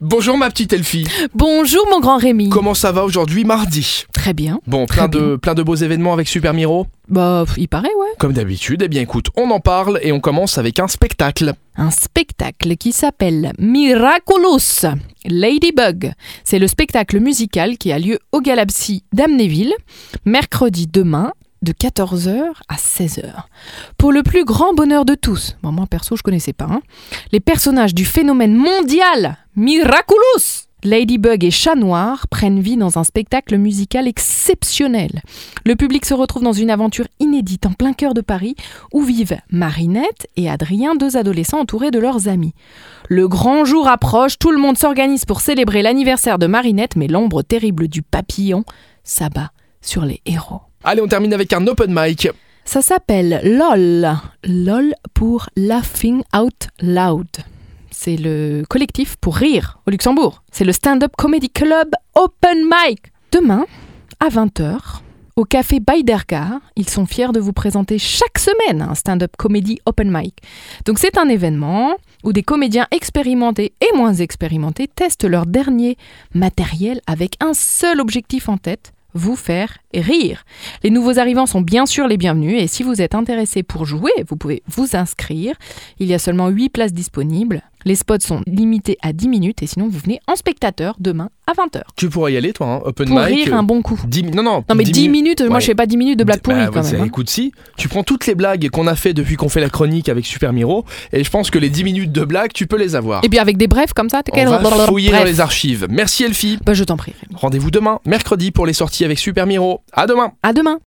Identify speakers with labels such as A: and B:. A: Bonjour ma petite Elfie,
B: Bonjour mon grand Rémi.
A: comment ça va aujourd'hui mardi
B: Très bien.
A: Bon, plein
B: Très
A: de, plein de beaux événements avec Super Miro.
B: Bah, pff, il paraît, ouais.
A: Comme d'habitude, eh bien écoute, on en parle et on commence avec un spectacle.
B: Un spectacle qui s'appelle Miraculous Ladybug. C'est le spectacle musical qui a lieu au Galaxy d'Amnéville, mercredi demain de 14h à 16h. Pour le plus grand bonheur de tous, bon, moi perso je connaissais pas, hein, les personnages du phénomène mondial Miraculous Ladybug et Chat Noir prennent vie dans un spectacle musical exceptionnel. Le public se retrouve dans une aventure inédite en plein cœur de Paris où vivent Marinette et Adrien, deux adolescents entourés de leurs amis. Le grand jour approche, tout le monde s'organise pour célébrer l'anniversaire de Marinette, mais l'ombre terrible du papillon s'abat sur les héros.
A: Allez, on termine avec un open mic.
B: Ça s'appelle LOL. LOL pour Laughing Out Loud. C'est le collectif pour rire au Luxembourg. C'est le Stand-Up Comedy Club Open Mic. Demain, à 20h, au café Baidergar, ils sont fiers de vous présenter chaque semaine un Stand-Up Comedy Open Mic. Donc c'est un événement où des comédiens expérimentés et moins expérimentés testent leur dernier matériel avec un seul objectif en tête, vous faire rire. Les nouveaux arrivants sont bien sûr les bienvenus et si vous êtes intéressé pour jouer, vous pouvez vous inscrire. Il y a seulement 8 places disponibles. Les spots sont limités à 10 minutes et sinon vous venez en spectateur demain à 20h.
A: Tu pourras y aller toi, hein, open
B: Pour
A: mic.
B: rire un bon coup.
A: 10 mi- non, non,
B: Non mais 10,
A: mi-
B: minutes, moi
A: ouais.
B: je fais pas 10 minutes de blague pourrie
A: Bah,
B: quand
A: ouais,
B: même. hein.
A: Écoute, si, tu prends toutes les blagues qu'on a fait depuis qu'on fait la chronique avec Super Miro, et je pense que les 10 minutes de blagues, tu peux les avoir.
B: Et puis avec des brefs comme ça, t'es
A: on va fouiller dans
B: Bref.
A: les archives. Merci Elfie.
B: Bah, je t'en prie. Rémi.
A: Rendez-vous demain, mercredi, pour les sorties avec Super Miro. À demain
B: À demain.